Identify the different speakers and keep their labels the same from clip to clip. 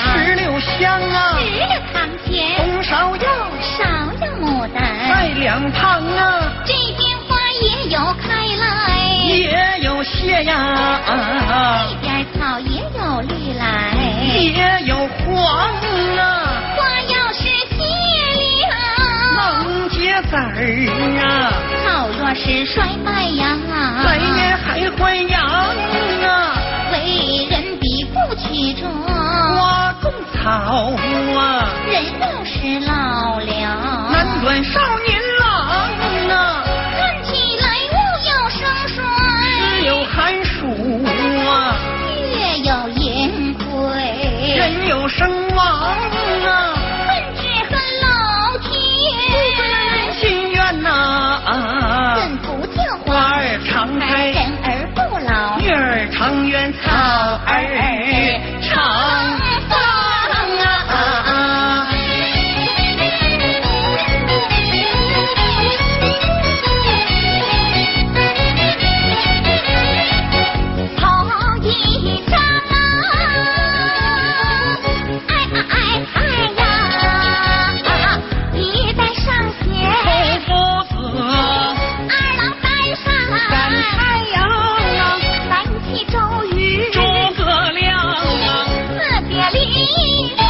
Speaker 1: 哎
Speaker 2: 啊呀，
Speaker 1: 一边草也有绿来，
Speaker 2: 也有黄啊，
Speaker 1: 花要是细了，
Speaker 2: 能结籽儿啊，
Speaker 1: 草若是衰败呀，
Speaker 2: 谁也还会扬啊，
Speaker 1: 为人比不取中，
Speaker 2: 花种草啊，
Speaker 1: 人要是老了，
Speaker 2: 难断少年郎啊，
Speaker 1: 看起来物有盛
Speaker 2: 只
Speaker 1: 衰，
Speaker 2: 有寒暑啊，
Speaker 1: 月有盈亏，
Speaker 2: 人有伤亡啊，
Speaker 1: 恨只恨老天，
Speaker 2: 心愿呐、啊，
Speaker 1: 怎不见
Speaker 2: 花
Speaker 1: 花
Speaker 2: 儿常开
Speaker 1: 人。儿不老。
Speaker 2: 月儿长圆，草儿长
Speaker 1: 芳
Speaker 2: 啊！
Speaker 1: 头一张啊，哎哎哎哎呀！一代尚贤，
Speaker 2: 夫子
Speaker 1: 二郎担上
Speaker 2: 赶太阳啊，
Speaker 1: 南齐周瑜，
Speaker 2: 诸葛亮啊，
Speaker 1: 四别离呀，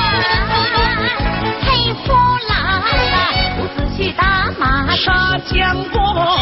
Speaker 1: 佩夫郎啊，伍子胥打马
Speaker 2: 杀将过
Speaker 1: 啊
Speaker 2: 啊啊啊